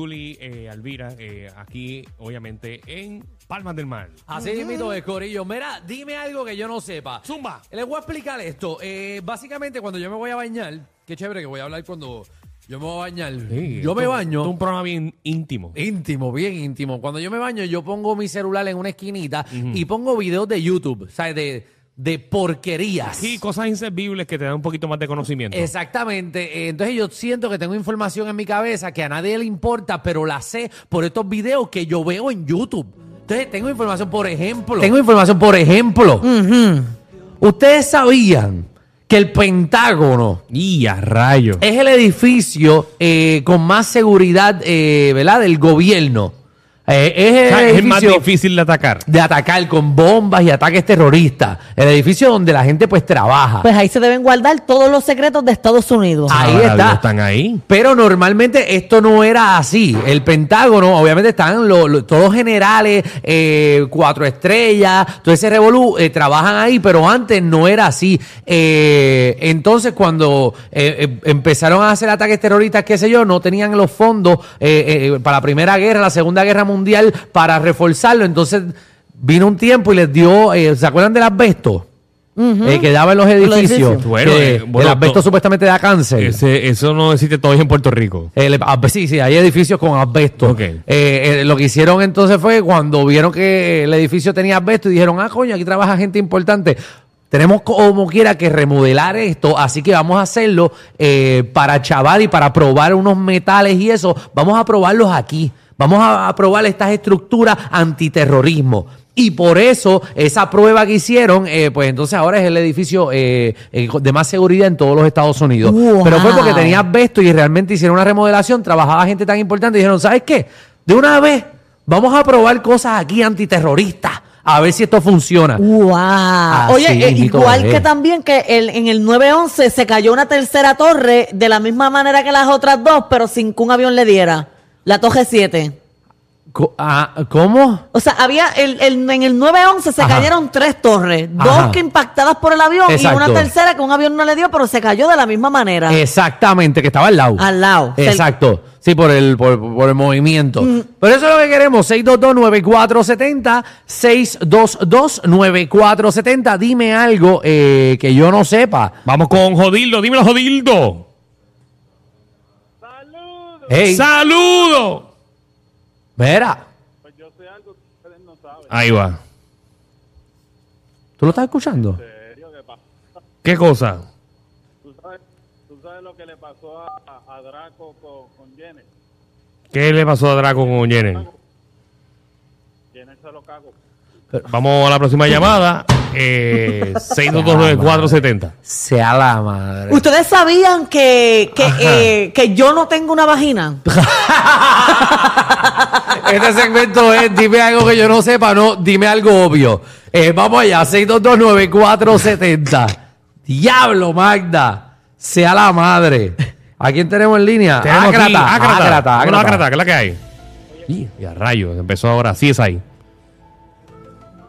Juli eh, Alvira, eh, aquí obviamente en Palmas del Mar. Así es, mito de Corillo. Mira, dime algo que yo no sepa. Zumba. Les voy a explicar esto. Eh, básicamente, cuando yo me voy a bañar, qué chévere que voy a hablar cuando yo me voy a bañar. yo me Esto- baño. esto Es un programa bien íntimo. Íntimo, bien íntimo. Cuando yo me baño, yo pongo mi celular en una esquinita y pongo videos de YouTube, o sea, de, de porquerías. Y cosas inservibles que te dan un poquito más de conocimiento. Exactamente. Eh, Entonces yo siento que tengo información en mi cabeza que a nadie le importa, pero la sé por estos videos que yo veo en YouTube. Entonces tengo información, por ejemplo. Tengo información, por ejemplo. Ustedes sabían que el Pentágono Y a rayo. es el edificio eh, con más seguridad, eh, ¿verdad? Del gobierno. Eh, es el O sea, es el más edificio- difícil de atacar. de atacar con bombas y ataques terroristas. El edificio donde la gente pues trabaja. Pues ahí se deben guardar todos los secretos de Estados Unidos. Ah. ahí Ahora está. los Están ahí. Pero normalmente esto no era así. El Pentágono, obviamente están los, los- todos los generales, eh, cuatro estrellas, todo ese revolú, eh, trabajan ahí, pero antes no era así. Eh, entonces cuando eh, eh, empezaron a hacer ataques terroristas, qué sé yo, no tenían los fondos eh, eh, para la Primera Guerra, la Segunda Guerra Mundial, para reforzarlo. Entonces vino un tiempo y les dio, eh, ¿se acuerdan del asbesto? Eh, que daba en los los edificios. edificios. Bueno, Que eh, bueno, el asbesto to- supuestamente da cáncer. Ese- eso no existe todavía en Puerto Rico. El- ah, sí, sí, hay edificios con asbesto. Ok. Eh, eh, lo que hicieron entonces fue cuando vieron que el edificio tenía asbesto y dijeron, ah, coño, aquí trabaja gente importante. Tenemos como quiera que remodelar esto, así que vamos a hacerlo eh, para chaval y para probar unos metales y eso. Vamos a probarlos aquí. Vamos a, a probar estas estructuras antiterrorismo. Y por eso esa prueba que hicieron, eh, pues entonces ahora es el edificio eh, eh, de más seguridad en todos los Estados Unidos. Wow. Pero fue porque tenía asbesto y realmente hicieron una remodelación, trabajaba gente tan importante y dijeron, ¿sabes qué? De una vez vamos a probar cosas aquí antiterroristas, a ver si esto funciona. ¡Wow! Oye, sí, eh, mito igual es. que también que el- en el 911 se cayó una tercera torre de la misma manera que las otras dos, pero sin que un avión le diera. La Torre 7. Co- ah, ¿Cómo? O sea, había el, el- en el 911 se Ajá. cayeron tres torres, dos Ajá. que impactadas por el avión Exacto. Eh, y una tercera que un avión no le dio, pero se cayó de la misma manera. Exactamente, que estaba al lado. Al lado. Mm. Exacto. Sí, por el, por, por el movimiento. Pero eso es lo que queremos. 622-9470. 622-9470. Dime algo eh, que yo no sepa. Vamos con Jodildo. Dímelo, Jodildo. Hey, ¡Saludo! mira, Ahí va. ¿tú lo estás escuchando? ¿Qué cosa? ¿Tú sabes, tú sabes lo que le pasó a, a Draco con, con Jenner? ¿Qué le pasó a Draco con Jenner? Jenner se lo cago. Vamos a la próxima llamada. Eh, 6229470. Sea la madre. ¿Ustedes sabían que, que, eh, que yo no tengo una vagina? Este segmento es dime algo que yo no sepa, no, dime algo obvio. Eh, vamos allá, 6229470. Diablo, Magda. Sea la madre. ¿A quién tenemos en línea? Tenemos aquí, Ácrata. Ácrata, Ácrata, Vámonos, Ácrata. Ácrata, ¿qué es la que hay? Y, y a rayos, empezó ahora. Sí, es ahí.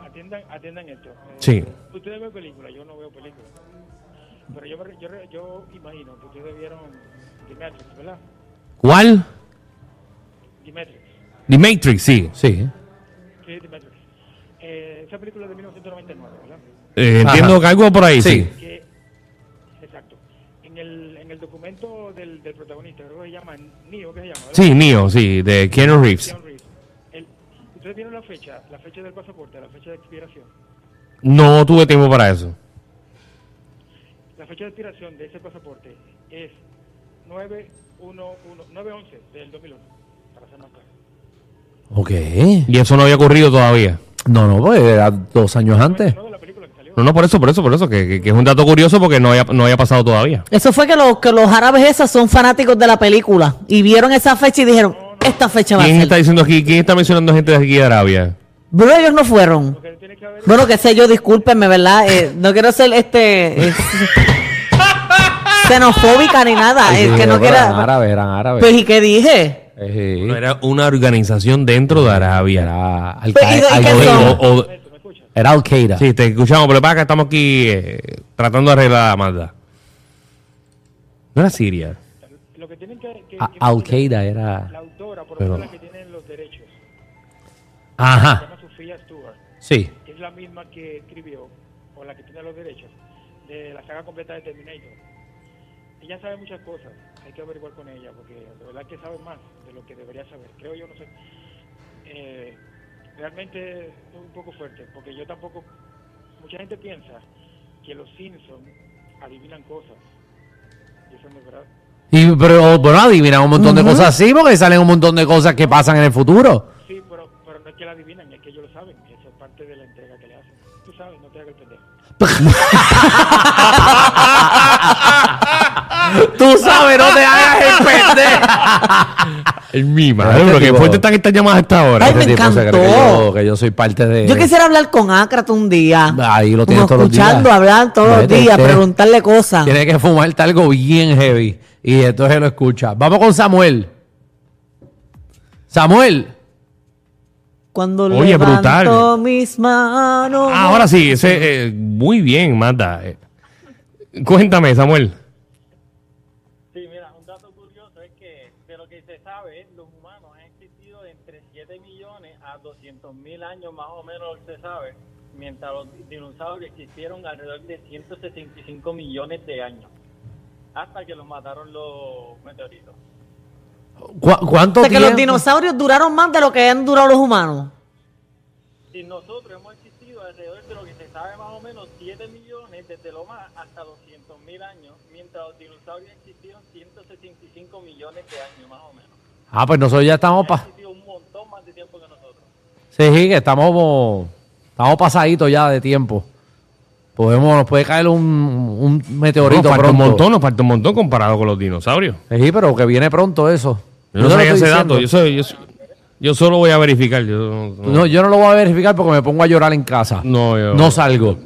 Atiendan, atiendan esto. Eh, Sí. Ustedes ven películas, yo no veo películas. Pero yo, me- yo, re- yo imagino que ustedes vieron The Matrix, ¿verdad? ¿Cuál? The Matrix. The Matrix, sí. Sí. Sí, The Matrix. Eh, esa película es de 1999, ¿verdad? Eh, Ajá. entiendo que algo por ahí, sí. Sí. Que, exacto. En el, en el documento del, del protagonista, creo que se llama Neo, ¿qué se llama? ¿verdad? Sí, mío, sí, de Keanu Reeves. Keanu Reeves. El- ustedes tienen la fecha, la fecha del pasaporte, la fecha de expiración. No tuve tiempo para eso. La fecha de expiración de ese pasaporte es 911 911 del 2001, para ser más claro. Ok. Y eso no había ocurrido todavía. No, no, pues era dos años antes. No de la película que salió. No, no, por eso, por eso, por eso, que, que- que es un dato curioso porque no había, no había pasado todavía. Eso fue que, los que los árabes esos son fanáticos de la película y vieron esa fecha y dijeron, esta fecha va a ¿Quién está ser. diciendo aquí? ¿Quién está mencionando gente de aquí de Arabia? Bueno, ellos no fueron. Lo que tiene que haber es Bueno, qué sé yo, discúlpenme, ¿verdad? Eh, no quiero ser este eh, xenofóbica ni nada. eh, que no eran quiera. árabes, eran árabes. Pues, ¿y qué dije? Eh, sí. No era una organización dentro de Arabia. Era Pues, ¿y de- y qué Al-Qaeda. son? O- o- Era Al-Qaeda. sí, te escuchamos, pero para que estamos aquí eh, tratando de arreglar la maldad. No era Siria. lo que tienen que, que- A- que- Al-Qaeda era... la autora productora, Ah, por Pero- ejemplo, la que tiene los derechos. Se Ajá. llama Sofía Stewart. Sí. Es la misma que escribió, o la que tiene los derechos, de la saga completa de Terminator. Ella sabe muchas cosas, hay que averiguar con ella, porque de verdad que sabe más de lo que debería saber. Creo yo, no sé. Eh, realmente es un poco fuerte, porque yo tampoco. Mucha gente piensa que los Simpsons adivinan cosas. Y eso no es verdad. Y, pero bueno, adivinan un montón de cosas así porque salen un montón de cosas que pasan en el futuro. Sí, pero, pero no es que la adivinan, es que ellos lo saben. Esa es parte de la entrega que le hacen. Tú sabes, no te hagas el pendejo. Tú sabes, no te hagas el pendejo. Mi madre, Este pero qué tipo- fuerte están estas llamadas hasta ahora. Ay, me Este tipo se cree que encantó. yo- Que yo soy parte de. Yo quisiera hablar con Acrat un día. Ahí lo tienes Como todos los días. Escuchando, hablar todos los Vete, días, vete. preguntarle cosas. Tiene que fumarte algo bien heavy. Y entonces lo escucha. Vamos con Samuel. Samuel. Cuando Oye, levanto brutal. mis manos. Ah, Ahora sí, ese, eh, muy bien, Magda. Eh, Cuéntame, Samuel. Sí, mira, un dato curioso es que de lo que se sabe, los humanos han existido de entre 7 millones a 200 mil años más o menos se sabe, mientras los dinosaurios existieron alrededor de 165 millones de años, hasta que los mataron los meteoritos. ¿cu- ¿Cuánto O sea, que los tiempo? dinosaurios duraron más de lo que han durado los humanos. Y nosotros hemos existido alrededor de lo que se sabe más o menos 7 millones desde lo más hasta 200 mil años, mientras los dinosaurios existieron 165 millones de años más o menos. Ah, pues nosotros ya estamos pa... Han existido un montón más de tiempo que nosotros. Sí, sí, que estamos como- estamos pasaditos ya de tiempo. Podemos, nos puede caer un, un meteorito Nos falta pronto. un montón, nos falta un montón comparado con los dinosaurios. Sí, pero que viene pronto eso. Yo no te lo sabía ese estoy dato. Yo, diciendo. soy- yo soy- yo solo voy a verificar. Yo, no, No, yo no lo voy a verificar porque me pongo a llorar en casa. No, yo- No salgo.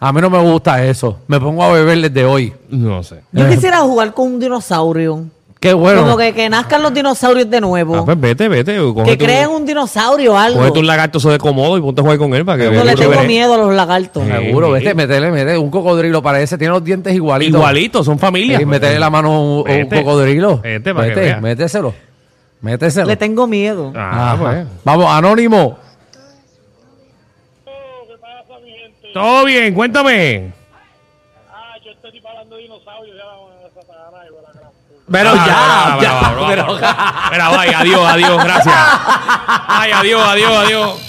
A mí no me gusta eso. Me pongo a beber desde hoy. no sé. Yo quisiera jugar con un dinosaurio. Qué bueno. Como que, que nazcan los dinosaurios de nuevo. Ah, pues vete, vete. que Coge tu, creen un dinosaurio o algo. coge tu lagartoso de comodo y ponte a jugar con él para que No veas le lo tengo chévere. miedo a los lagartos. Sí. Seguro, vete, métele, métele. Un cocodrilo parece, tiene los dientes igualitos. Igualito, son familias. Y métele la mano a un, a un Vete. cocodrilo. Vete, para que veas. méteselo. Méteselo. Le tengo miedo. Ah, Ajá. pues. Vamos, anónimo. ¿Qué pasa, mi gente? pues. Todo bien, cuéntame. Ah, yo estoy disparando dinosaurios ya la satanás y la gran puta. Pero Ah, ya, brava, ya, brava, pero- brava. Mira, vaya, adiós, adiós, gracias. Ay, adiós, adiós, adiós.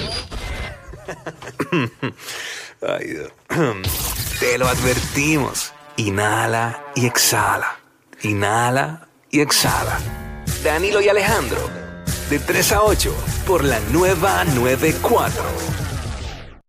Ay, Dios. Te lo advertimos. Inhala y exhala. Inhala y exhala. Danilo y Alejandro, de 3 a 8, por la nueva 94.